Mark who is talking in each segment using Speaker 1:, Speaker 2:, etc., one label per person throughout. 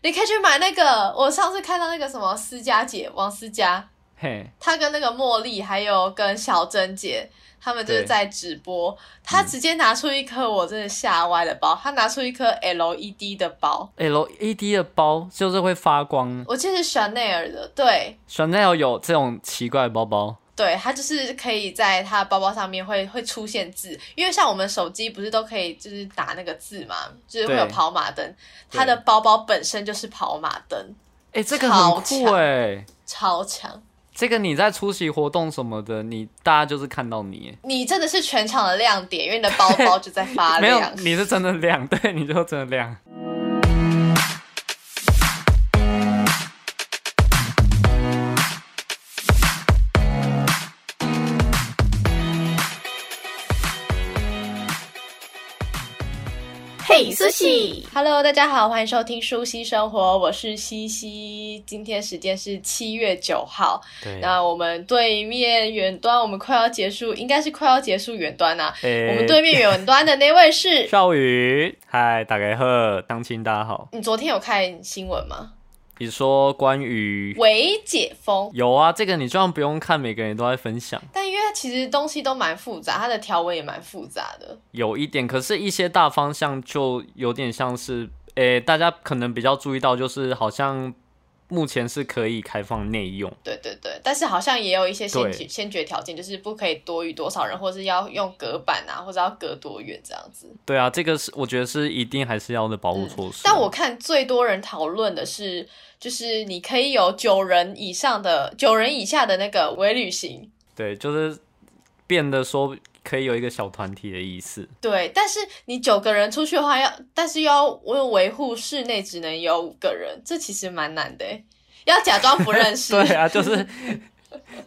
Speaker 1: 你可以去买那个，我上次看到那个什么思佳姐，王思佳，
Speaker 2: 嘿，
Speaker 1: 她跟那个茉莉，还有跟小珍姐，他们就是
Speaker 2: 对
Speaker 1: 在直播，她直接拿出一颗我真的吓歪的包，她拿出一颗 LED 的包，
Speaker 2: LED E 的包就是会发光
Speaker 1: 我记得是 Chanel 的，对。
Speaker 2: ，Chanel 有这种奇怪的包包，
Speaker 1: 对，它就是可以在它的包包上面会会出现字，因为像我们手机不是都可以就是打那个字嘛，就是会有
Speaker 2: 对
Speaker 1: 跑马灯，
Speaker 2: 对
Speaker 1: 它的包包本身就是跑马灯，
Speaker 2: 哎、这个很
Speaker 1: 超
Speaker 2: 酷
Speaker 1: 强
Speaker 2: 哎、
Speaker 1: 超强！
Speaker 2: 这个你在出席活动什么的，你大家就是看到你
Speaker 1: 你真的是全场的亮点，因为你的包包就在发
Speaker 2: 欸，没有
Speaker 1: 啊亮。
Speaker 2: 你是真的亮， 对，你就真的亮。
Speaker 3: 嘿，苏西，
Speaker 1: Hello，大家好，欢迎收听《舒西生活》，我是西西。今天时间是七月九号，
Speaker 2: 对，
Speaker 1: 那我们对面远端，我们快要结束，应该是快要结束远端啦、我们对面远端的那位是
Speaker 2: 少宇，嗨，大家好，当亲大家好。
Speaker 1: 你昨天有看新闻吗？
Speaker 2: 你说关于
Speaker 1: 微解封，
Speaker 2: 有啊，这个你就算不用看，每个人都在分享。
Speaker 1: 但因为它其实东西都蛮复杂，它的条文也蛮复杂的。
Speaker 2: 有一点，可是一些大方向就有点像是，诶、大家可能比较注意到，就是好像目前是可以开放内用，
Speaker 1: 对对对，但是好像也有一些先
Speaker 2: 对
Speaker 1: 决先决条件，就是不可以多于多少人，或是要用隔板啊，或者要隔多远这样子。
Speaker 2: 对啊，这个是我觉得是一定还是要的保护措施、
Speaker 1: 嗯
Speaker 2: 啊
Speaker 1: 但我看最多人讨论的是，就是你可以有九人以上的、九人以下的那个微旅行，
Speaker 2: 对就是变得说可以有一个小团体的意思，
Speaker 1: 对，但是你九个人出去的话要，但是又要为维护室内只能有五个人，这其实蛮难的欸，要假装不认识。
Speaker 2: 对啊，就是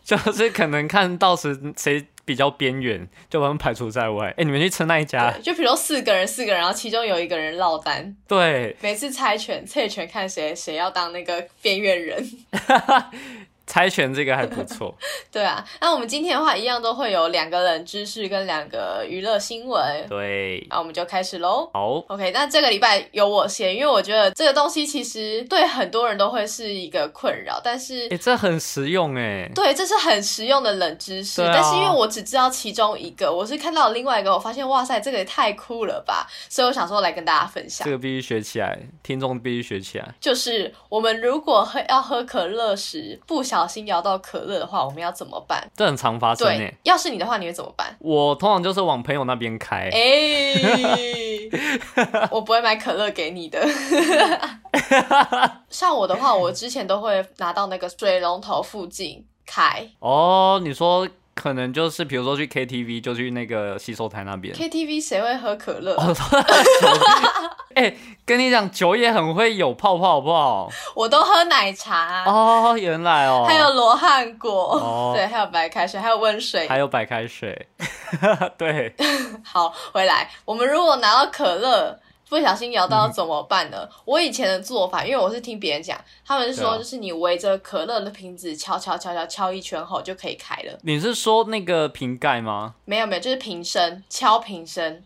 Speaker 2: 就是可能看到时谁比较边缘，就把他们排除在外。哎、你们去吃那一家
Speaker 1: 对，，就比如说四个人，四个人，然后其中有一个人落单，
Speaker 2: 对，
Speaker 1: 每次猜拳，猜拳看谁谁要当那个边缘人，
Speaker 2: 猜拳这个还不错，
Speaker 1: 对啊。那我们今天的话，一样都会有两个冷知识跟两个娱乐新闻，
Speaker 2: 对，
Speaker 1: 那我们就开始喽。
Speaker 2: 好，
Speaker 1: OK，那这个礼拜由我先，因为我觉得这个东西其实对很多人都会是一个困扰，但是
Speaker 2: 哎、这很实用哎、
Speaker 1: 对，这是很实用的冷知识，
Speaker 2: 对啊
Speaker 1: 但是因为我只知道其中一个，我是看到另外一个，我发现哇塞，这个也太酷了吧，所以我想说来跟大家分享
Speaker 2: 这。个必须学起来，听众必须学起来。
Speaker 1: 就是我们如果喝要喝可乐时不小心摇到可乐的话，我们要怎么办？
Speaker 2: 这很常发生欸诶、
Speaker 1: 对，要是你的话，你会怎么办？
Speaker 2: 我通常就是往朋友那边开，
Speaker 1: 哎、 我不会买可乐给你的。像我的话，我之前都会拿到那个水龙头附近开
Speaker 2: 哦，你说可能就是比如说去 KTV 就去那个洗手台那边。
Speaker 1: KTV，谁会喝可乐？
Speaker 2: 哦，哎、跟你讲，酒也很会有泡泡，好 不好？
Speaker 1: 我都喝奶茶，
Speaker 2: 哦，原来哦，
Speaker 1: 还有罗汉果，
Speaker 2: 哦
Speaker 1: 对，还有白开水，还有温水。
Speaker 2: 还有白开水， 对，
Speaker 1: 好，回来，我们如果拿到可乐，不小心摇到怎么办呢？我以前的做法，因为我是听别人讲，他们是
Speaker 2: 嗯对
Speaker 1: 说，
Speaker 2: 啊
Speaker 1: 就是你围着可乐的瓶子敲敲敲敲敲一圈后就可以开了。
Speaker 2: 你是说那个瓶盖吗？
Speaker 1: 没有没有，就是瓶身敲瓶身，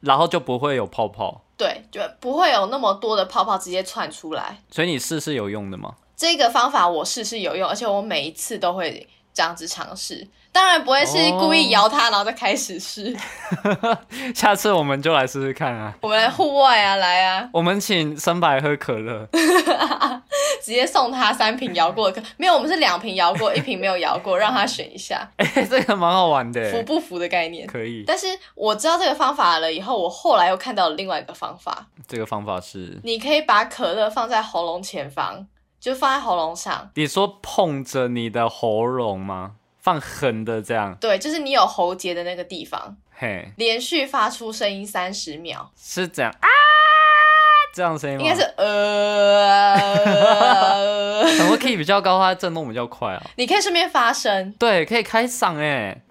Speaker 2: 然后就不会有泡泡，
Speaker 1: 对，就不会有那么多的泡泡直接窜出来。
Speaker 2: 所以你试是有用的吗？
Speaker 1: 这个方法我试试有用，而且我每一次都会这样子尝试。当然不会是故意
Speaker 2: 哦
Speaker 1: 摇它，然后再开始 试。
Speaker 2: 下次我们就来试试看啊。
Speaker 1: 我们来户外啊，来啊！
Speaker 2: 我们请深白喝可乐，
Speaker 1: 直接送他三瓶摇过的可，没有，我们是两瓶摇过，一瓶没有摇 过，让他选一下，
Speaker 2: 哎、 这个蛮好玩的
Speaker 1: 服
Speaker 2: 欸，
Speaker 1: 不服的概念。
Speaker 2: 可以。
Speaker 1: 但是我知道这个方法了以后，我后来又看到了另外一个方法，
Speaker 2: 这个方法是
Speaker 1: 你可以把可乐放在喉咙前方，就放在喉咙上。
Speaker 2: 你说碰着你的喉咙吗？放狠的这样，
Speaker 1: 对，就是你有喉结的那个地方，
Speaker 2: 嘿，
Speaker 1: 连续发出声音三十秒，
Speaker 2: 是这样啊，这样的声音吗？
Speaker 1: 应该是呃，
Speaker 2: 什么 key 比较高，它震动比较快啊。
Speaker 1: 你可以顺便发声，
Speaker 2: 对，可以开 嗓哎，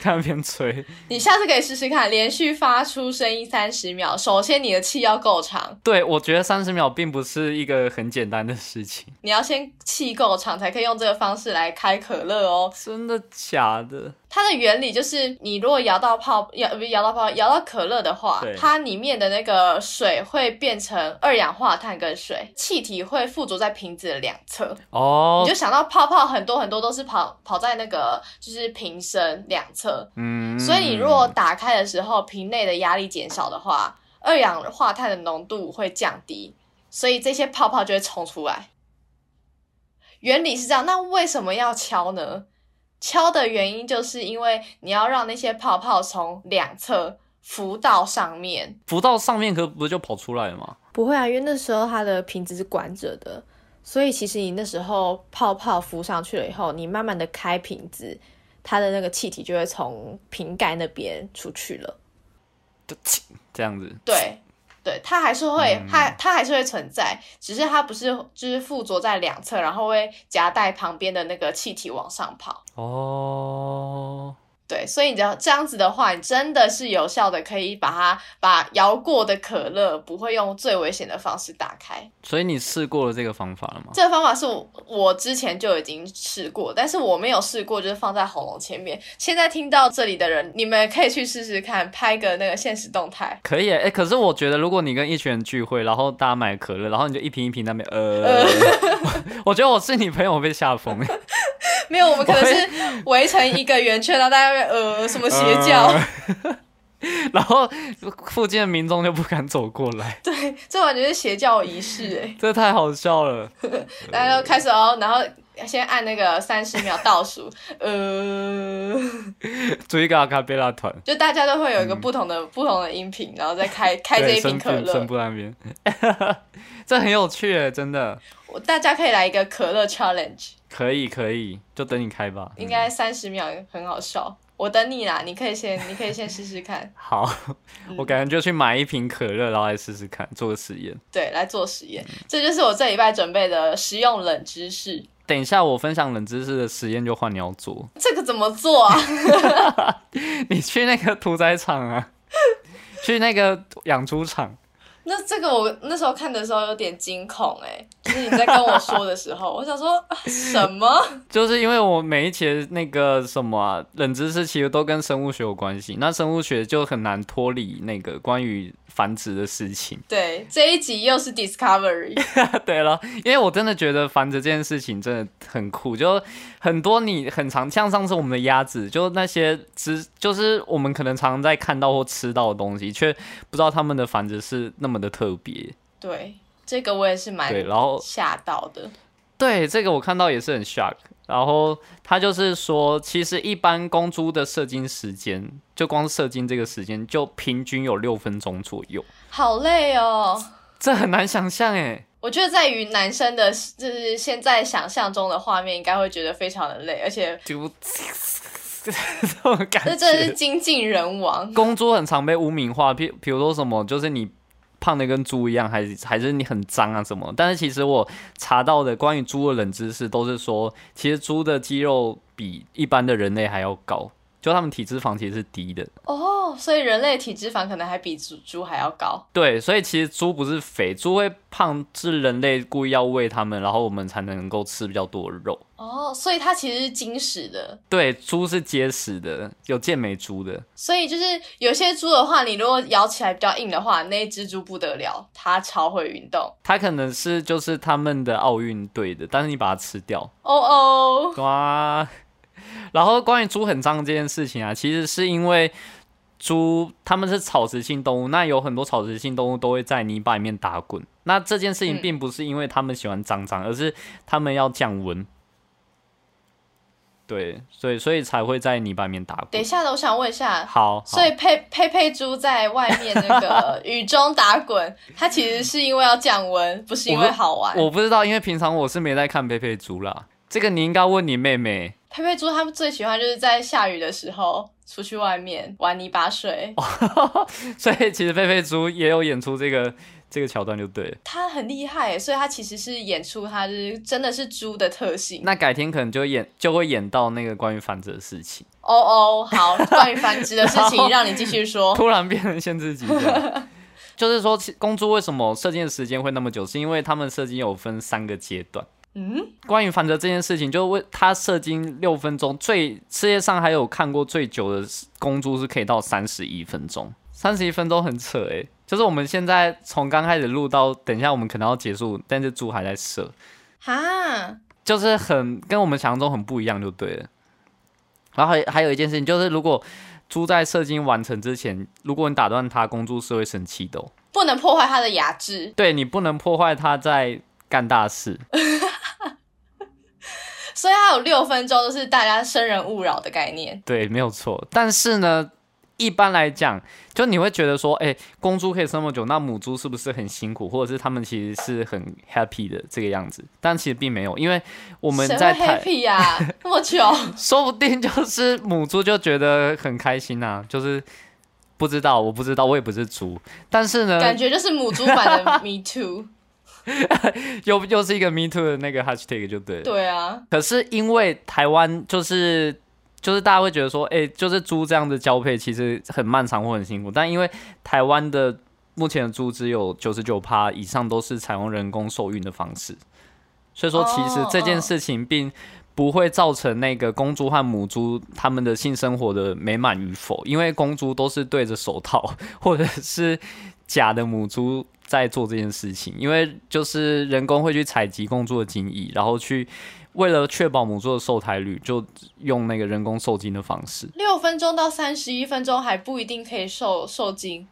Speaker 2: 看边吹。
Speaker 1: 你下次可以试试看，连续发出声音三十秒。首先你的气要够长，
Speaker 2: 对，我觉得三十秒并不是一个很简单的事 情，
Speaker 1: 你要先气够长，才可以用这个方式来开可乐哦。
Speaker 2: 真的假的？
Speaker 1: 它的原理就是，你如果摇到泡摇不是摇到泡摇到可乐的话
Speaker 2: 对，
Speaker 1: 它里面的那个水会变成二氧化碳跟水，气体会附着在瓶子的两侧。
Speaker 2: 哦
Speaker 1: 你就，想到泡泡很多很多都是跑跑在那个就是瓶身两侧，
Speaker 2: 嗯，
Speaker 1: 所以你如果打开的时候瓶内的压力减少的话，二氧化碳的浓度会降低，所以这些泡泡就会冲出来。原理是这样，那为什么要敲呢？敲的原因就是因为你要让那些泡泡从两侧浮到上面，
Speaker 2: 浮到上面，可不就跑出来了吗？
Speaker 3: 不会啊，因为那时候它的瓶子是关着的，所以其实你那时候泡泡浮上去了以后，你慢慢的开瓶子，它的那个气体就会从瓶盖那边出去了。
Speaker 2: 就嘁这样子，
Speaker 1: 对，对，它还是会，
Speaker 3: 嗯
Speaker 1: 它它还是会存在，只是它不是就是附着在两侧，然后会夹带旁边的那个气体往上跑。
Speaker 2: 哦，
Speaker 1: 对，所以你只要这样子的话，你真的是有效的，可以把它把摇过的可乐不会用最危险的方式打开。
Speaker 2: 所以你试过了这个方法了吗？
Speaker 1: 这个方法是我我之前就已经试过，但是我没有试过，就是放在喉咙前面。现在听到这里的人，你们可以去试试看，拍个那个现实动态。
Speaker 2: 可以耶，哎、可是我觉得，如果你跟一群人聚会，然后大家买可乐，然后你就一瓶一瓶在那边，呃， 我我觉得我是你朋友，我被吓疯， 哎
Speaker 1: 没有，我们可能是围成一个圆圈，然后大家会呃什么邪教，
Speaker 2: 然后附近的民众就不敢走过来，
Speaker 1: 对，这完全是邪教仪式哎，
Speaker 2: 这太好笑了。
Speaker 1: 大家都开始
Speaker 2: 嗯
Speaker 1: 哦，然后先按那个三十秒倒数， 呃，
Speaker 2: 追一个阿卡贝拉团，
Speaker 1: 就大家都会有一个不同的、不同的音频，然后再开开这
Speaker 2: 嗯对，
Speaker 1: 一瓶
Speaker 2: 声
Speaker 1: 可
Speaker 2: 部声
Speaker 1: 乐，
Speaker 2: 部那边， 这很有趣耶，真的，
Speaker 1: 我大家可以来一个可乐 challenge，
Speaker 2: 可以可以，就等你开吧。，
Speaker 1: 应该三十秒很好笑。我等你啦，你可以先，你可以先试试看
Speaker 2: 嗯好， 我感觉就去买一瓶可乐，然后来试试看，做个实验。
Speaker 1: 对，来做实验。这就是我这礼拜准备的实用冷知识，
Speaker 2: 等一下，我分享冷知识的实验就换你要做，
Speaker 1: 这个怎么做啊？
Speaker 2: 你去那个屠宰场啊， 去那个养猪场，
Speaker 1: 那这个我那时候看的时候有点惊恐哎、就是你在跟我说的时候，我想说啊什么？
Speaker 2: 就是因为我每一节那个什么啊、冷知识，其实都跟生物学有关系，那生物学就很难脱离那个关于繁殖的事情。
Speaker 1: 对，这一集又是 Discovery，
Speaker 2: 对了，因为我真的觉得繁殖这件事情真的很酷，就很多你很常像上次我们的鸭子，就那些只就是我们可能常常在看到或吃到的东西，却不知道它们的繁殖是那么的特别。
Speaker 1: 对，这个我也是蛮
Speaker 2: 对，然后
Speaker 1: 吓到的。
Speaker 2: 对这个我看到也是很 shock。然后他就是说，其实一般公猪的射精时间，就光射精这个时间，就平均有六分钟左右，
Speaker 1: 好累哦。
Speaker 2: 这很难想象欸诶。
Speaker 1: 我觉得在于男生的，就是现在想象中的画面，应该会觉得非常的累，而且
Speaker 2: 就 这种感 觉，
Speaker 1: 这真的是精尽人亡。
Speaker 2: 公猪很常被污名化，譬比如说什么，就是你胖的跟猪一样，还是还是你很脏啊什么。但是其实我查到的关于猪的冷知识都是说，其实猪的肌肉比一般的人类还要高，就他们体脂肪其实是低的。
Speaker 1: 哦，所以人类体脂肪可能还比猪猪还要高。
Speaker 2: 对，所以其实猪不是肥，猪会胖是人类故意要喂它们，然后我们才能够吃比较多的肉。
Speaker 1: 哦，所以它其实是精实的。
Speaker 2: 对，猪是结实的，有健美猪的。
Speaker 1: 所以就是有些猪的话，你如果咬起来比较硬的话，那一只猪不得了，它超会运动。
Speaker 2: 它可能是就是他们的奥运队的，但是你把它吃掉，
Speaker 1: 哦哦，
Speaker 2: 哇！然后关于猪很脏这件事情啊，其实是因为猪它们是草食性动物，那有很多草食性动物都会在泥巴里面打滚。那这件事情
Speaker 1: 嗯
Speaker 2: 并不是因为它们喜欢脏脏，而是它们要降温。对，所以所以才会在泥巴里面打
Speaker 1: 等
Speaker 2: 滚
Speaker 1: 一。下，我想问一下，
Speaker 2: 好，好
Speaker 1: 所以佩佩佩猪在外面那 个雨中打滚，它其实是因为要降温，不是因为好玩。
Speaker 2: 我不知道，因为平常我是没在看佩佩猪啦。这个你应该问你妹妹。
Speaker 1: 佩佩猪它们最喜欢就是在下雨的时候出去外面玩泥巴水，
Speaker 2: 所以其实佩佩猪也有演出这个这个桥段就对了。
Speaker 1: 它很厉害欸耶，所以它其实是演出它是真的是猪的特性。
Speaker 2: 那改天可能就演就会演到那个关于繁殖的事情，
Speaker 1: 哦哦，好，关于繁殖的事情，让你继续说。
Speaker 2: 突然变成限制级这样。 就是说，其公猪为什么射精的时间会那么久？是因为它们射精有分三个阶段。
Speaker 1: 嗯，
Speaker 2: 关于繁殖这件事情，就为它射精六分钟，最世界上还有看过最久的公猪是可以到三十一分钟，三十一分钟很扯诶、欸就是我们现在从刚开始录到等一下我们可能要结束，但是猪还在射，
Speaker 1: 哈，
Speaker 2: 就是很跟我们想象中很不一样，就对了。然后还还有一件事情，就是如果猪在射精完成之前，如果你打断它，公猪是会生气的、哦。
Speaker 1: 不能破坏它的牙质，
Speaker 2: 对你不能破坏它在干大事。
Speaker 1: 所以它有六分钟，就是大家生人勿扰的概念。
Speaker 2: 对，没有错。但是呢，一般来讲，就你会觉得说，哎、公猪可以生那么久，那母猪是不是很辛苦，或者是它们其实是很 happy 的这个样子？但其实并没有，因为
Speaker 1: 我
Speaker 2: 我们在台，呃
Speaker 1: happy 呀、那么久，
Speaker 2: 说不定就是母猪就觉得很开心呐、就是不知道，我不知道，我也不是猪，但是呢，
Speaker 1: 感觉就是母猪版的 Me Too。
Speaker 2: 又又是一个 me too 的那个 hashtag 就对了。
Speaker 1: 对啊，
Speaker 2: 可是因为台湾就是就是大家会觉得说，哎、就是猪这样的交配其实很漫长或很辛苦，但因为台湾的目前的猪只有九十九趴以上都是采用人工受孕的方式，所以说其实
Speaker 1: 哦
Speaker 2: 这件
Speaker 1: 嗯
Speaker 2: 事情并不会造成那个公猪和母猪它们的性生活的美满与否，因为公猪都是对着手套或者是假的母猪在做这件事情，因为就是人工会去采集公猪的精液，然后去为了确保母猪的受胎率，就用那个人工受精的方式。
Speaker 1: 六分钟到三十一分钟还不一定可以受受精，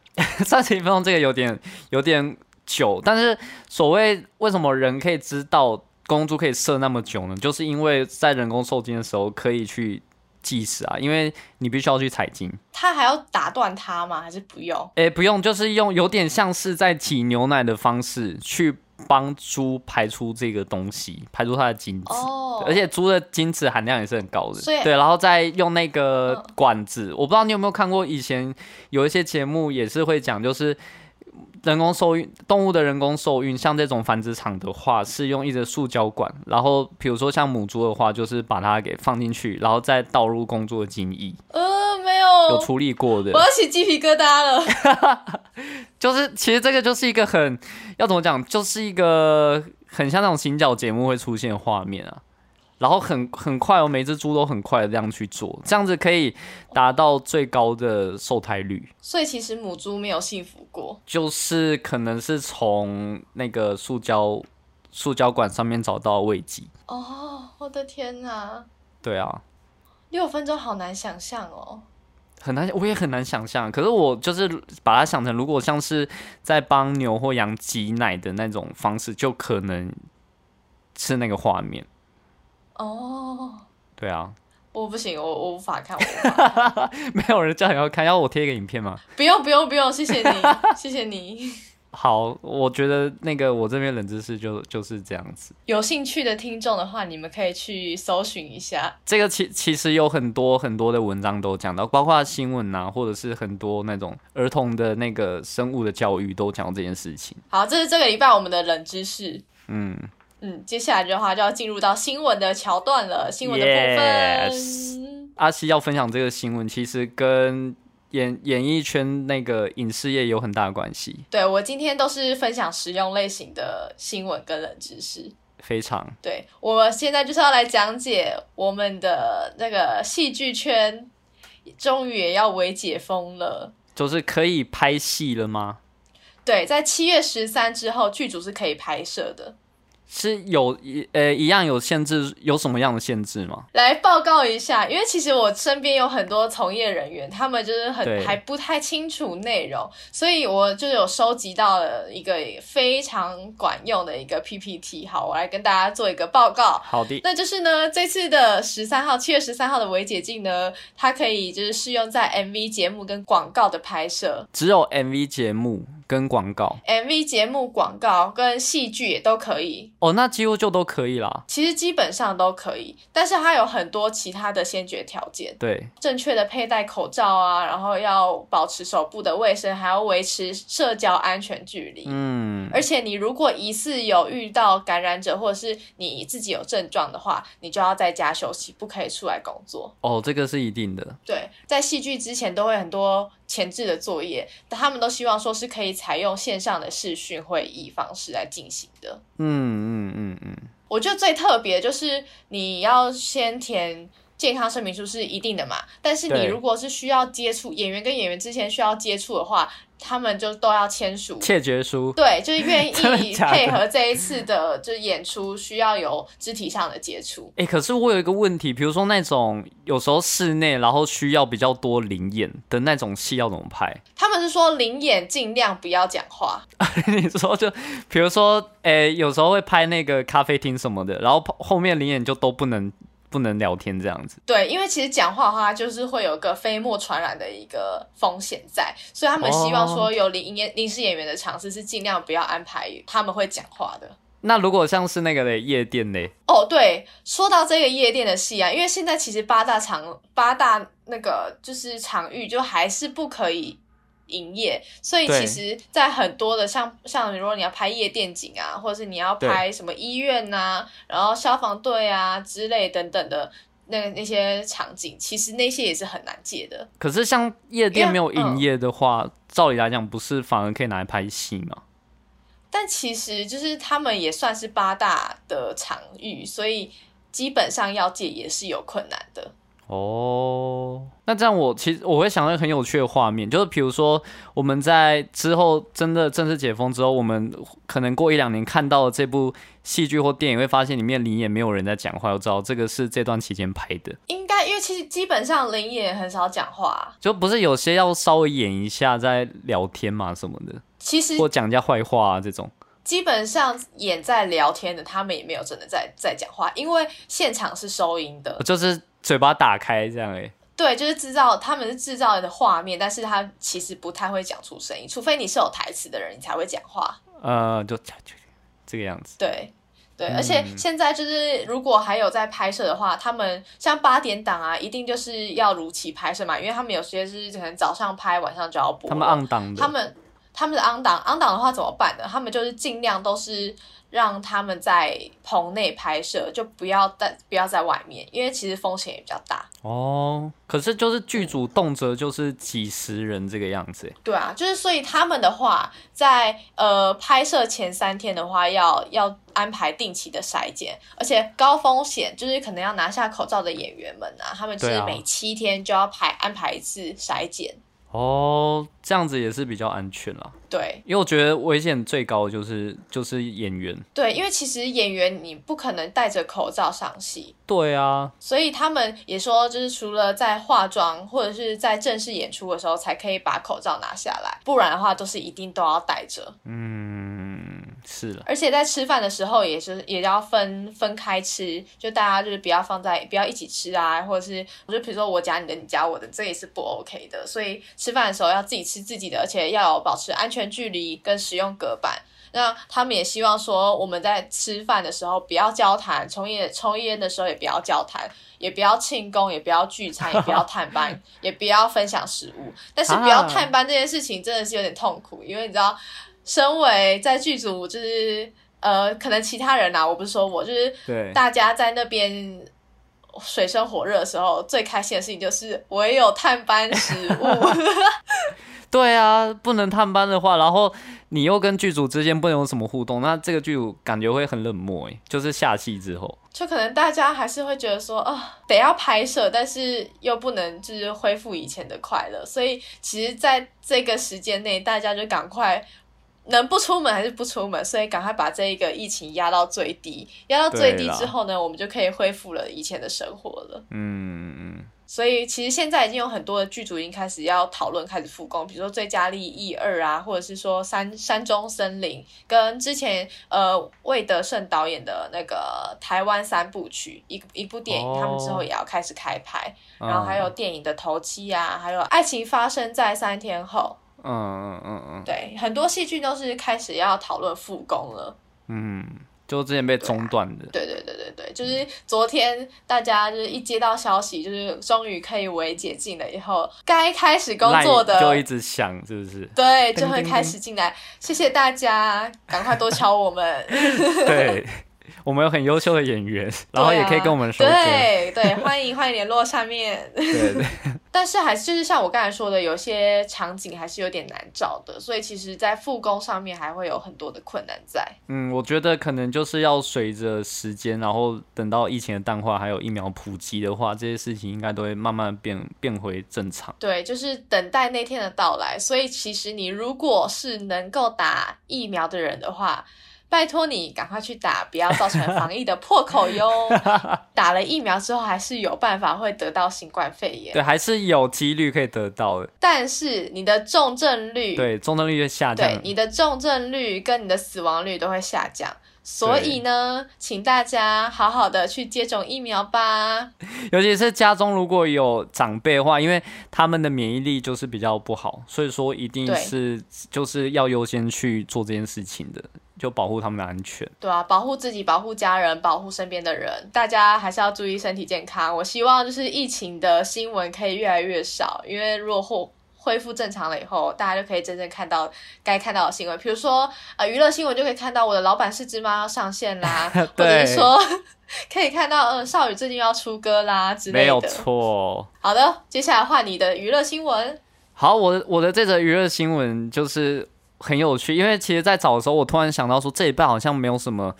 Speaker 2: 三十一分钟这个有点有点久，但是所谓为什么人可以知道公猪可以射那么久呢？就是因为在人工受精的时候可以去计时啊，因为你必须要去采精。
Speaker 1: 他还要打断它吗？还是不用？
Speaker 2: 诶、不用，就是用有点像是在挤牛奶的方式去帮猪排出这个东西，排出它的精子。
Speaker 1: 哦，
Speaker 2: 而且猪的精子含量也是很高的
Speaker 1: 所以，
Speaker 2: 对，然后再用那个
Speaker 1: 嗯
Speaker 2: 管子，我不知道你有没有看过，以前有一些节目也是会讲，就是人工受孕，动物的人工受孕，像这种繁殖场的话，是用一只塑胶管，然后比如说像母猪的话，就是把它给放进去，然后再倒入公猪的精液，
Speaker 1: 呃，没
Speaker 2: 有
Speaker 1: 有，
Speaker 2: 处理过的
Speaker 1: 我，要起鸡皮疙瘩了。
Speaker 2: 就是其实这个就是一个很要怎么讲，就是一个很像那种行脚节目会出现的画面啊。然后很很快哦，每只猪都很快的这样去做，这样子可以达到最高的受胎率，
Speaker 1: 所以其实母猪没有幸福过，
Speaker 2: 就是可能是从那个塑胶塑胶管上面找到慰藉。
Speaker 1: 哦，我的天哪，
Speaker 2: 对啊，
Speaker 1: 六分钟好难想象哦。
Speaker 2: 很难，我也很难想象。可是我就是把它想成，如果像是在帮牛或羊挤奶的那种方式，就可能是那个画面。
Speaker 1: 哦，
Speaker 2: 对啊，
Speaker 1: 我哦不行，我我无法看，我无 法看
Speaker 2: 没有人叫你要看，要我贴一个影片吗？
Speaker 1: 不用不用不用，谢谢 你，谢谢你。
Speaker 2: 好，我觉得那个我这边冷知识就就是这样子。
Speaker 1: 有兴趣的听众的话，你们可以去搜寻一下。
Speaker 2: 这个其其实有很多很多的文章都讲到，包括新闻啊，或者是很多那种儿童的那个生物的教育都讲到这件事情。
Speaker 1: 好，这是这个礼拜我们的冷知识。
Speaker 2: 嗯，
Speaker 1: 嗯，接下来的话就要进入到新闻的桥段了，新闻的部分。
Speaker 2: Yes 阿西要分享这个新闻，其实跟演演艺圈那个影视业有很大的关系，
Speaker 1: 对我今天都是分享实用类型的新闻跟冷知识。
Speaker 2: 非常
Speaker 1: 对，我们现在就是要来讲解我们的那个戏剧圈，终于也要微解封了。
Speaker 2: 就是可以拍戏了吗？
Speaker 1: 对，在七月十三之后，剧组是可以拍摄的。
Speaker 2: 是有一呃一样有限制，有什么样的限制吗？
Speaker 1: 来报告一下，因为其实我身边有很多从业人员，他们就是
Speaker 2: 对
Speaker 1: 很还不太清楚内容，所以我就有收集到了一个非常管用的一个 PPT。好，我来跟大家做一个报告。
Speaker 2: 好的，
Speaker 1: 那就是呢，这次的十三号，七月十三号的微解禁呢，它可以就是适用在 MV 节目跟广告的拍摄。
Speaker 2: 只有 MV 节目跟广告
Speaker 1: MV 节目、广告跟戏剧也都可以，
Speaker 2: 哦，那几乎就都可以啦。
Speaker 1: 其实基本上都可以，但是它有很多其他的先决条件，
Speaker 2: 对，
Speaker 1: 正确的佩戴口罩啊，然后要保持手部的卫生，还要维持社交安全距离。
Speaker 2: 嗯，
Speaker 1: 而且你如果疑似有遇到感染者，或者是你自己有症状的话，你就要在家休息，不可以出来工作。
Speaker 2: 哦，这个是一定的，
Speaker 1: 对，在戏剧之前都会很多前置的作业，但他们都希望说是可以采用线上的视讯会议方式来进行的。
Speaker 2: 嗯嗯嗯嗯，
Speaker 1: 我觉得最特别就是你要先填健康声明书是一定的嘛，但是你
Speaker 2: 对
Speaker 1: 如果是需要接触演员跟演员之前需要接触的话，他们就都要签署。
Speaker 2: 切结书，
Speaker 1: 对，就是愿
Speaker 2: 真的
Speaker 1: 意
Speaker 2: 假的
Speaker 1: 配合这一次的，就是演出需要有肢体上的接触。
Speaker 2: 哎、可是我有一个问题，比如说那种有时候室内，然后需要比较多灵眼的那种戏要怎么拍？
Speaker 1: 他们是说零演尽量不要讲话，
Speaker 2: 你说就，比如说，哎、有时候会拍那个咖啡厅什么的，然后后后面灵眼就都不能不能聊天这样子。
Speaker 1: 对，因为其实讲话的话，就是会有个飞沫传染的一个风险在，所以他们希望说有临演临时演员的尝试是尽量不要安排他们会讲话的。
Speaker 2: 那如果像是那个嘞夜店嘞，
Speaker 1: 哦，对，说到这个夜店的戏啊，因为现在其实八大场八大那个就是场域就还是不可以营业，所以
Speaker 2: 对
Speaker 1: 其实，在很多的像像如果你要拍夜店景啊，或者是你要
Speaker 2: 对
Speaker 1: 拍什么医院呐、然后消防队啊之类等等的那那些场景，其实那些也是很难借的。
Speaker 2: 可是像夜店
Speaker 1: 因为嗯
Speaker 2: 没有营业的话，照理来讲不是反而可以拿来拍戏吗？
Speaker 1: 但其实就是他们也算是八大的场域，所以基本上要借也是有困难的。
Speaker 2: 哦，那这样我其实我会想到很有趣的画面，就是比如说我们在之后真的正式解封之后，我们可能过一两年看到这部戏剧或电影，会发现里面灵也没有人在讲话，我知道这个是这段期间拍的，
Speaker 1: 应该因为其实基本上林也很少讲话啊、
Speaker 2: 就不是有些要稍微演一下在聊天嘛什么的，
Speaker 1: 其实
Speaker 2: 或讲人家坏话啊这种。
Speaker 1: 基本上演在聊天的，他们也没有真的在在讲话，因为现场是收音的，
Speaker 2: 呃就是嘴巴打开这样哎、欸。
Speaker 1: 对，就是制造他们是制造的画面，但是他其实不太会讲出声音，除非你是有台词的人，你才会讲话。
Speaker 2: 呃，就这个样子。
Speaker 1: 对，对，
Speaker 2: 嗯
Speaker 1: 而且现在就是如果还有在拍摄的话，他们像八点档啊，一定就是要如期拍摄嘛，因为他们有些是可能早上拍，晚上就要播了。
Speaker 2: 他们 on 档的，
Speaker 1: 他们他们的 on 档 on 档的话怎么办呢？他们就是尽量都是让他们在棚内拍摄，就不要在不要在外面，因为其实风险也比较大。
Speaker 2: 哦，可是就是剧组动辄就是几十人这个样子欸、
Speaker 1: 对啊，就是所以他们的话，在呃拍摄前三天的话要，要安排定期的筛检，而且高风险就是可能要拿下口罩的演员们啊，他们就
Speaker 2: 对
Speaker 1: 是
Speaker 2: 啊
Speaker 1: 每七天就要排安排一次筛检。
Speaker 2: 哦，这样子也是比较安全啦，
Speaker 1: 对
Speaker 2: 因为我觉得危险最高的就是就是演员。
Speaker 1: 对，因为其实演员你不可能戴着口罩上戏，
Speaker 2: 对啊，
Speaker 1: 所以他们也说，就是除了在化妆或者是在正式演出的时候才可以把口罩拿下来，不然的话都是一定都要戴着。
Speaker 2: 嗯，是了，
Speaker 1: 而且在吃饭的时候也是也要分分开吃，就大家就是不要放在不要一起吃啊，或者是就比如说我夹你的，你夹我的，这也是不 OK 的。所以吃饭的时候要自己吃自己的，而且要有保持安全距离跟使用隔板。那他们也希望说，我们在吃饭的时候不要交谈，抽烟抽烟的时候也不要交谈，也不要庆功，也不要聚餐，也不要探班， 也不要分享食物。但是不要
Speaker 2: 啊
Speaker 1: 探班这件事情真的是有点痛苦，因为你知道，身为在剧组就是呃，可能其他人啊，我不是说我，就是
Speaker 2: 对
Speaker 1: 大家在那边水深火热的时候，最开心的事情就是我也有探班食 物。
Speaker 2: 对啊，不能探班的话，然后你又跟剧组之间不能有什么互动，那这个剧组感觉会很冷漠、欸，就是下戏之后。
Speaker 1: 就可能大家还是会觉得说，啊、得要拍摄，但是又不能就是恢复以前的快乐，所以其实在这个时间内，大家就赶快能不出门还是不出门，所以赶快把这一个疫情压到最低，压到最低
Speaker 2: 对啦
Speaker 1: 之后呢，我们就可以恢复了以前的生活了。
Speaker 2: 嗯嗯。
Speaker 1: 所以其实现在已经有很多的剧组已经开始要讨论开始复工，比如说《最佳利益二》啊，或者是说山《山中森林》，跟之前呃魏德胜导演的那个台湾三部曲一一部电影，
Speaker 2: 哦
Speaker 1: 他们之后也要开始开拍，
Speaker 2: 嗯
Speaker 1: 然后还有电影的头七啊，还有《爱情发生在三天后
Speaker 2: 嗯嗯嗯嗯》，
Speaker 1: 对，很多戏剧都是开始要讨论复工了。
Speaker 2: 嗯，就之前被中断的。
Speaker 1: 对对对对对，就是昨天大家就是一接到消息，就是终于可以为解禁了以后，该开始工作的？
Speaker 2: Line 就一直响，是不是
Speaker 1: 对，
Speaker 2: 叮
Speaker 1: 就会
Speaker 2: 叮
Speaker 1: 开
Speaker 2: 叮
Speaker 1: 始进来。谢谢大家，赶快多敲我们。
Speaker 2: 对，我们有很优秀的 演员， 然后也可以跟我们说歌。
Speaker 1: 对啊对，欢迎欢迎联络下面。
Speaker 2: 对对，
Speaker 1: 但是还是就是像我刚才说的，有些场景还是有点难找的，所以其实，在复工上面还会有很多的困难在。
Speaker 2: 嗯，我觉得可能就是要随着时间，然后等到疫情的淡化，还有疫苗普及的话，这些事情应该都会慢慢变变回正常。
Speaker 1: 对，就是等待那天的到来。所以其实你如果是能够打疫苗的人的话，拜托你赶快去打，不要造成防疫的破口 哟。打了疫苗之后，还是有办法会得到新冠肺炎，
Speaker 2: 对，还是有几率可以得到的。
Speaker 1: 但是你的重症率
Speaker 2: 对，中症率就下降
Speaker 1: 对
Speaker 2: 了。
Speaker 1: 你的重症率跟你的死亡率都会下降。所以呢，请大家好好的去接种疫苗吧。
Speaker 2: 尤其是家中如果有长辈的话，因为他们的免疫力就是比较不好，所以说一定
Speaker 1: 对
Speaker 2: 是就是要优先去做这件事情的，就保护他们的安全。
Speaker 1: 对啊，保护自己，保护家人，保护身边的人，大家还是要注意身体健康。我希望就是疫情的新闻可以越来越少，因为如果恢恢复正常了以后，大家就可以真正看到该看到的新闻，比如说呃娱乐新闻就可以看到我的老板是只猫要上线 啦，或者
Speaker 2: 对
Speaker 1: 是说可以看到嗯、呃少宇最近要出歌啦之类的。
Speaker 2: 没有错。
Speaker 1: 好的，接下来换你的娱乐新闻。
Speaker 2: 好，我的我的这则娱乐新闻就是很有趣，因为其实，在找的时候，我突然想到说，这一半好像没有什么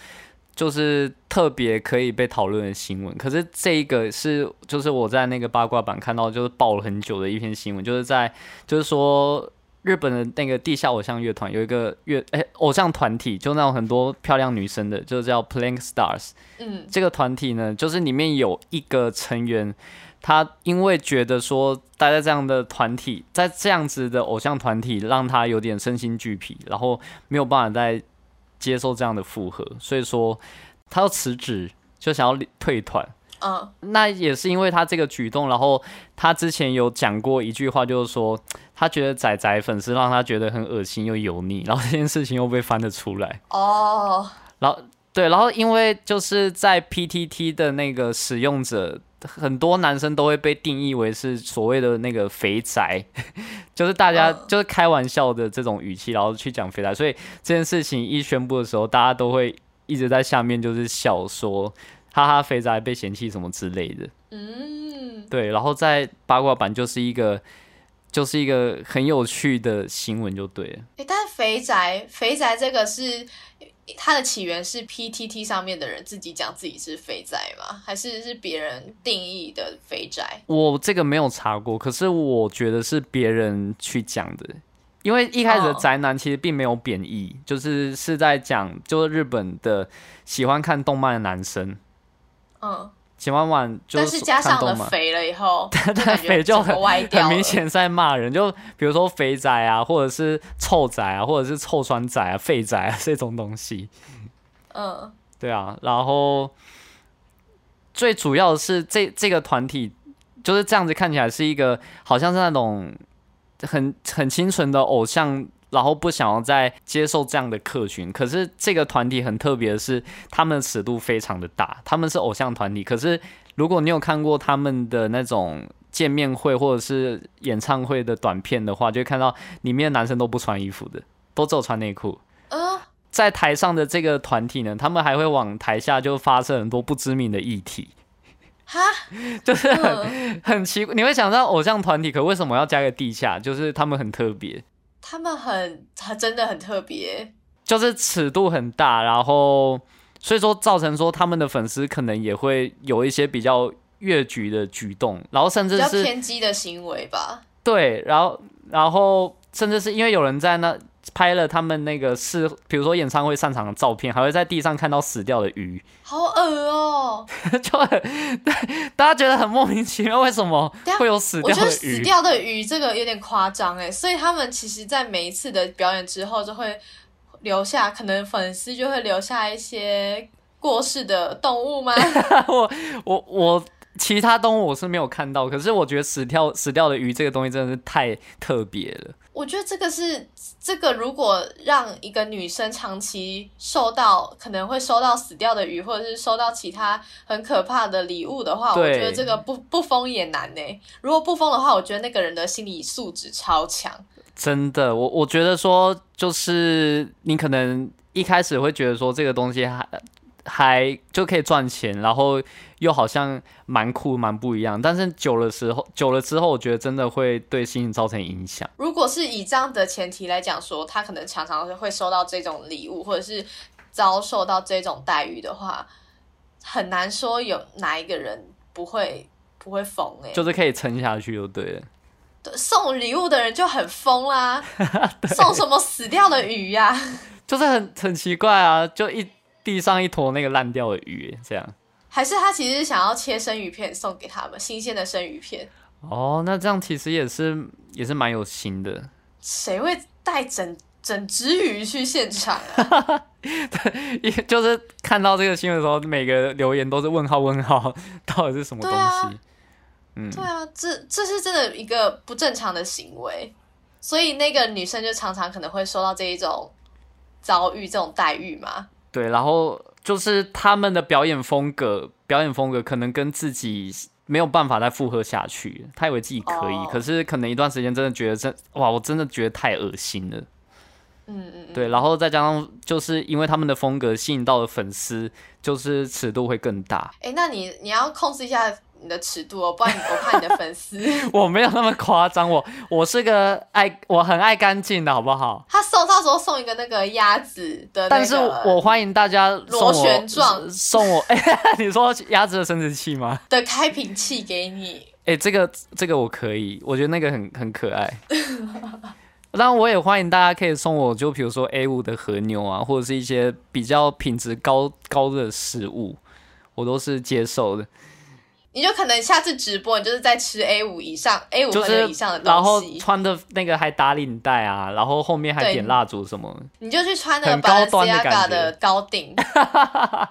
Speaker 2: 就是特别可以被讨论的新闻，可是这一个是就是我在那个八卦版看到就是爆了很久的一篇新闻，就是在就是说。日本的那个地下偶像乐团有一个乐哎、偶像团体，就那种很多漂亮女生的，就叫 Plank Stars。
Speaker 1: 嗯，
Speaker 2: 这个团体呢，就是里面有一个成员，他因为觉得说待在这样的团体，在这样子的偶像团体，让他有点身心俱疲，然后没有办法再接受这样的负荷，所以说他要辞职，就想要离退团。
Speaker 1: 嗯，
Speaker 2: 那也是因为他这个举动，然后他之前有讲过一句话，就是说他觉得仔仔粉丝让他觉得很恶心又油腻，然后这件事情又被翻了出来。
Speaker 1: 哦，
Speaker 2: 然后对，然后因为就是在 PTT 的那个使用者，很多男生都会被定义为是所谓的那个肥宅， 就是大家
Speaker 1: 嗯
Speaker 2: 就是开玩笑的这种语气，然后去讲肥宅，所以这件事情一宣布的时候，大家都会一直在下面就是笑说。哈哈，肥宅被嫌弃什么之类的，
Speaker 1: 嗯，
Speaker 2: 对，然后在八卦版就是一个，就是一个很有趣的新闻，就对了。
Speaker 1: 诶但是肥宅，肥宅这个是它的起源是 PTT 上面的人自己讲自己是肥宅吗？还是是别人定义的肥宅？
Speaker 2: 我这个没有查过，可是我觉得是别人去讲的，因为一开始的
Speaker 1: 哦
Speaker 2: 宅男其实并没有贬义，就是是在讲就是日本的喜欢看动漫的男生，
Speaker 1: 嗯，
Speaker 2: 喜欢玩就
Speaker 1: 但
Speaker 2: 是
Speaker 1: 是加
Speaker 2: 看
Speaker 1: 上
Speaker 2: 动
Speaker 1: 了
Speaker 2: 漫。
Speaker 1: 肥了以 后，就
Speaker 2: 但
Speaker 1: 感觉
Speaker 2: 肥就
Speaker 1: 整
Speaker 2: 很
Speaker 1: 个歪掉
Speaker 2: 很
Speaker 1: 了
Speaker 2: 明，显是在骂人，就比如说肥宅啊，或者是臭宅啊，或者是臭酸宅啊、废宅啊这 种东西。
Speaker 1: 嗯，
Speaker 2: 对啊，然后最主要的是这这个团体就是这样子看起来是一个好像是那种很很清纯的偶像，然后不想要再接受这样的客群。可是这个团体很特别的是，他们的尺度非常的大，他们是偶像团体，可是如果你有看过他们的那种。见面会或者是演唱会的短片的话，就会看到里面的男生都不穿衣服的，都只有穿内裤。
Speaker 1: 嗯，
Speaker 2: 在台上的这个团体呢，他们还会往台下就发射很多不知名的议题，
Speaker 1: 哈，
Speaker 2: 就是很、
Speaker 1: 嗯，
Speaker 2: 很奇怪。你会想到偶像团体，可为什么要加个地下？就是他们很特别，
Speaker 1: 他们很，真的很特别，
Speaker 2: 就是尺度很大，然后所以说造成说他们的粉丝可能也会有一些比较越矩的举动，然后甚
Speaker 1: 比
Speaker 2: 至
Speaker 1: 较
Speaker 2: 是
Speaker 1: 偏激的行为吧。
Speaker 2: 对，然后然后甚至是因为有人在那拍了他们那个是，比如说演唱会上场的照片，还会在地上看到死掉的鱼。
Speaker 1: 好恶哦、
Speaker 2: 就很大家觉得很莫名其妙，为什么
Speaker 1: 等一下
Speaker 2: 会有死
Speaker 1: 啊我
Speaker 2: 掉
Speaker 1: 觉得
Speaker 2: 的
Speaker 1: 死
Speaker 2: 鱼？
Speaker 1: 掉的鱼这个有点夸张哎，所以他们其实，在每一次的表演之后，就会留下，可能粉丝就会留下一些过世的动物吗？
Speaker 2: 我我其他动物我是没有看到，可是我觉得死掉死掉的鱼这个东西真的是太特别了。
Speaker 1: 我觉得这个是这个，如果让一个女生长期受到可能会收到死掉的鱼，或者是收到其他很可怕的礼物的话，我
Speaker 2: 对
Speaker 1: 觉得这个不不疯也难呢。如果不疯的话，我觉得那个人的心理素质超强。
Speaker 2: 真的，我我觉得说，就是你可能一开始会觉得说这个东西还还就可以赚钱，然后又好像蛮酷蛮不一样。但是久了时候，久了之后，我觉得真的会对心情造成影响。
Speaker 1: 如果是以这样的前提来讲说，他可能常常会收到这种礼物，或者是遭受到这种待遇的话，很难说有哪一个人不会不会疯哎、
Speaker 2: 就是可以撑下去就对了。
Speaker 1: 送礼物的人就很疯啦，送什么死掉的鱼啊呀、
Speaker 2: 就是很很奇怪啊，就一地上一坨那个烂掉的鱼，这样。
Speaker 1: 还是他其实想要切生鱼片送给他们，新鲜的生鱼片，
Speaker 2: 哦，那这样其实也是也是蛮有心的，
Speaker 1: 谁会带整整只鱼去现场啊？
Speaker 2: 也就是看到这个新闻的时候，每个留言都是问号问号，到底是什么东
Speaker 1: 对啊
Speaker 2: 西？嗯，
Speaker 1: 对啊，这这是真的一个不正常的行为，所以那个女生就常常可能会受到这一种遭遇、这种待遇嘛。
Speaker 2: 对，然后就是他们的表演风格，表演风格可能跟自己没有办法再附和下去。他以为自己可以，
Speaker 1: 哦
Speaker 2: 可是可能一段时间真的觉得真哇，我真的觉得太恶心了。
Speaker 1: 嗯嗯嗯，
Speaker 2: 对，然后再加上就是因为他们的风格吸引到的粉丝，就是尺度会更大。
Speaker 1: 哎，那你你要控制一下你的尺度哦，不然你我怕你的粉 丝
Speaker 2: 我没有那么夸张，我我是个爱，我很爱干净的好不好？
Speaker 1: 他送到时候送一个那个鸭子的那个，
Speaker 2: 但是我欢迎大家送我
Speaker 1: 螺旋状
Speaker 2: 送我， 哎、你说鸭子的生殖器吗？
Speaker 1: 的开瓶器给你，
Speaker 2: 哎、这个这个我可以，我觉得那个很很 可爱。当然，我也欢迎大家可以送我，就比如说 A 五的和牛啊，或者是一些比较品质高高的食物，我都是接受的。
Speaker 1: 你就可能下次直播，你就是在吃 A 五以上、A 五
Speaker 2: 就
Speaker 1: 和牛
Speaker 2: 是
Speaker 1: 以上的
Speaker 2: 然后
Speaker 1: 东西，
Speaker 2: 穿的那个还打领带啊，然后后面还
Speaker 1: 对
Speaker 2: 点蜡烛什么的。
Speaker 1: 你就去穿那个
Speaker 2: 很高端的感
Speaker 1: Balenciaga
Speaker 2: 觉
Speaker 1: 的高 定，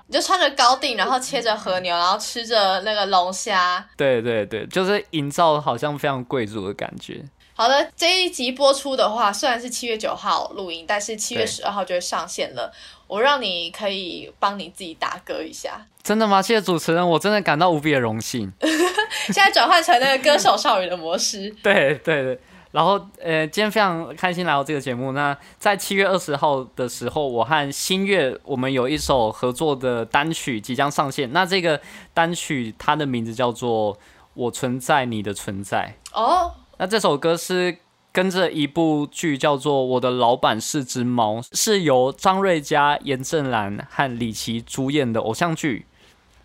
Speaker 1: 你就穿着高定，然后切着和牛，然后吃着那个龙虾。
Speaker 2: 对对对，就是营造好像非常贵族的感觉。
Speaker 1: 好的，这一集播出的话，虽然是七月九号录音，但是七月
Speaker 2: 对
Speaker 1: 十二号就会上线了。我让你可以帮你自己打歌一下。
Speaker 2: 真的吗？谢谢主持人，我真的感到无比的 荣幸。
Speaker 1: 现在转换成那个歌手少女的模式。
Speaker 2: 对对对，然后呃，今天非常开心来到这个节目。那在七月二十号的时候，我和新月我们有一首合作的单曲即将上线。那这个单曲它的名字叫做《我存在你的存在》。
Speaker 1: 哦，
Speaker 2: 那这首歌是跟着一部剧叫做《我的老板是只猫》，是由张瑞佳、严正兰和李琦主演的偶像剧。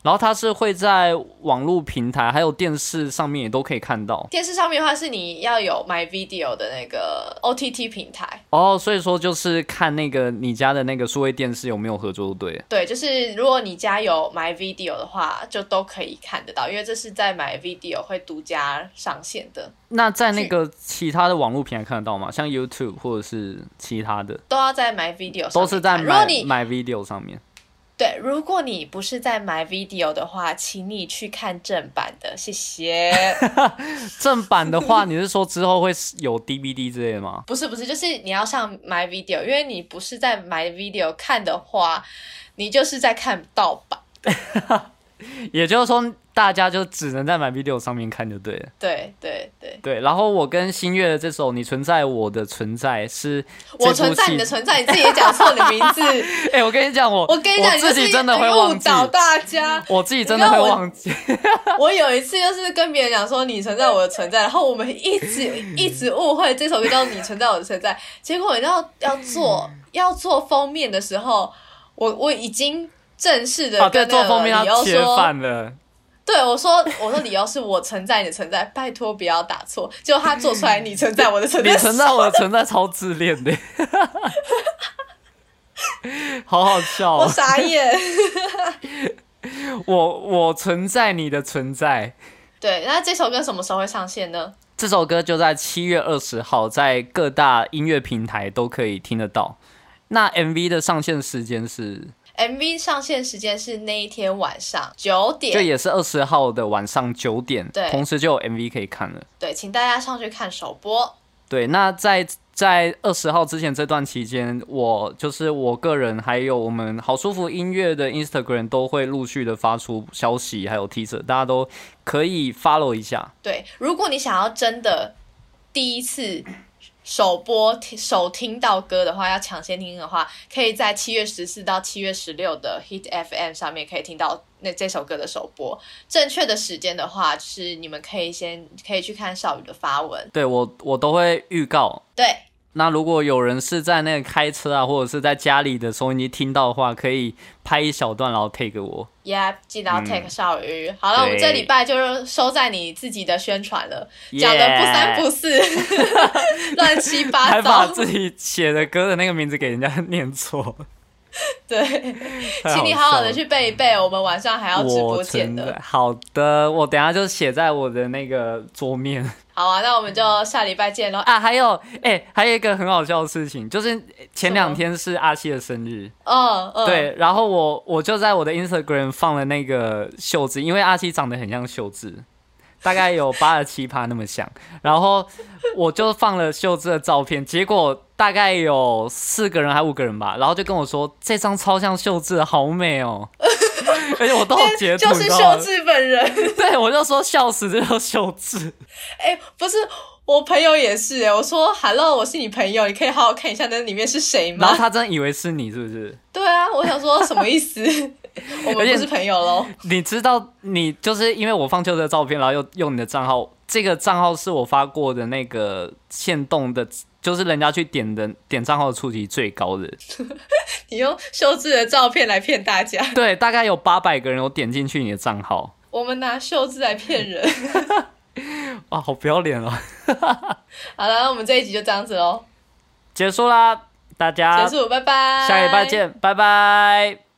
Speaker 2: 然后它是会在网络平台还有电视上面也都可以看到
Speaker 1: 电视上面的话是你要有 My Video 的那个 OTT 平台。
Speaker 2: 哦，所以说就是看那个你家的那个数位电视有没有合作就对了。
Speaker 1: 对，就是如果你家有 My Video 的话，就都可以看得到，因为这是在 My Video 会独家上线的，
Speaker 2: 那在那个其他的网络平台看得到吗？像 YouTube 或者是其他的，
Speaker 1: 都要在 My Video 上面看
Speaker 2: 都是在
Speaker 1: 如果
Speaker 2: 买
Speaker 1: 你
Speaker 2: 买 Video 上面。
Speaker 1: 对，如果你不是在 My Video 的话，请你去看正版的，谢谢。
Speaker 2: 正版的话，你是说之后会有 DVD 之类的吗？
Speaker 1: 不是不是，就是你要上 My Video，因为你不是在 My Video 看的话，你就是在看盗版。
Speaker 2: 也就是说，大家就只能在买 video 上面看就对了。
Speaker 1: 对对对，
Speaker 2: 对，然后我跟新月的这首《你存在我的存在》是这
Speaker 1: 我
Speaker 2: 部
Speaker 1: 存在
Speaker 2: 戏
Speaker 1: 你的，存在，你自己也讲错你名字。
Speaker 2: 哎、我跟你讲，我
Speaker 1: 我跟你讲，你就
Speaker 2: 自
Speaker 1: 是
Speaker 2: 己真的会
Speaker 1: 误
Speaker 2: 忘记，
Speaker 1: 导大家。
Speaker 2: 我自己真的会忘记。
Speaker 1: 我有一次就是跟别人讲说你存在我的存在，然后我们一直 一直误会这首歌叫你存在我的存在，结果你知道要做
Speaker 2: 嗯
Speaker 1: 要做封面的时候，我我已经正式的
Speaker 2: 啊，对，
Speaker 1: 跟
Speaker 2: 做
Speaker 1: 那
Speaker 2: 封
Speaker 1: 个
Speaker 2: 面
Speaker 1: 理
Speaker 2: 要
Speaker 1: 由
Speaker 2: 切
Speaker 1: 说，
Speaker 2: 饭了。
Speaker 1: 对我说我说理由是我存在你的存在，拜托不要打错，结果他做出 来你存在我的存在，
Speaker 2: 你存在我的存在超自恋的， 好好笑、
Speaker 1: 我
Speaker 2: 哦。
Speaker 1: 傻眼。
Speaker 2: 我我存在你的存在。
Speaker 1: 对，那这首歌什么时候会上线呢？
Speaker 2: 这首歌就在七月二十号在各大音乐平台都可以听得到。那 MV 的上线时间是，
Speaker 1: MV 上线时间是那一天晚上九点，
Speaker 2: 就也是二十号的晚上九点，
Speaker 1: 对
Speaker 2: 同时就有 MV 可以看了。
Speaker 1: 对，请大家上去看首播。
Speaker 2: 对，那在在二十号之前这段期间，我就是我个人还有我们好舒服音乐的 Instagram 都会陆续的发出消息，还有 teaser，大家都可以 follow 一下。
Speaker 1: 对，如果你想要真的第一次首播听首听到歌的话，要抢先听的话，可以在七月十四到七月十六的 Hit FM 上面可以听到那这首歌的首播。正确的时间的话，就是你们可以先可以去看少宇的发文。
Speaker 2: 对我我都会预告。
Speaker 1: 对，
Speaker 2: 那如果有人是在那个开车啊，或者是在家里的收音机听到的话，可以拍一小段，然后配给我。
Speaker 1: 耶，记得要 take 少宇。好
Speaker 2: 对
Speaker 1: 了，我们这礼拜就收在你自己的宣传了，讲的不三
Speaker 2: Yeah
Speaker 1: 不四，乱七八
Speaker 2: 还把
Speaker 1: 糟。
Speaker 2: 自己写的歌的那个名字给人家念错，
Speaker 1: 对，
Speaker 2: 太
Speaker 1: 请你好好
Speaker 2: 笑
Speaker 1: 的
Speaker 2: 了
Speaker 1: 去背一背，我们晚上还要直播
Speaker 2: 我
Speaker 1: 见
Speaker 2: 存
Speaker 1: 的
Speaker 2: 在。好的，我等一下就写在我的那个桌面
Speaker 1: 好啊，那我们就下礼拜见喽。
Speaker 2: 啊。还有，哎、还有一个很好笑的事情，就是前
Speaker 1: 什
Speaker 2: 两
Speaker 1: 么
Speaker 2: 天是阿西的生日，
Speaker 1: 嗯嗯，，
Speaker 2: 对，然后我我就在我的 Instagram 放了那个秀智，因为阿西长得很像秀智，大概有八十七趴那么像，然后我就放了秀智的照片，结果大概有四个人还五个人吧，然后就跟我说这张超像秀智的，好美哦， 而且我都有截图，
Speaker 1: 就
Speaker 2: 你
Speaker 1: 是
Speaker 2: 知道
Speaker 1: 秀
Speaker 2: 吗
Speaker 1: 智本人。
Speaker 2: 对，我就说笑死，这叫秀智。
Speaker 1: 哎、不是，我朋友也是哎、我说 Hello，我是你朋友，你可以好好看一下那里面是谁
Speaker 2: 然后
Speaker 1: 吗？
Speaker 2: 他真以为是你，是不是？
Speaker 1: 对啊，我想说什么意 思？我们
Speaker 2: 而且
Speaker 1: 不是朋友喽。
Speaker 2: 你知道，你就是因为我放秀智的照片，然后又用你的账号，这个账号是我发过的那个限动的，就是人家去点的点账号的触及最高的，
Speaker 1: 你用秀智的照片来骗大 家，
Speaker 2: 对，大概有八百个人有点进去你的账号，
Speaker 1: 我们拿秀智来骗人。
Speaker 2: 哇，好不要脸哦！
Speaker 1: 好了，那我们这一集就这样子喽，
Speaker 2: 结束啦，大家
Speaker 1: 结，束，拜拜，
Speaker 2: 下礼拜见，拜拜。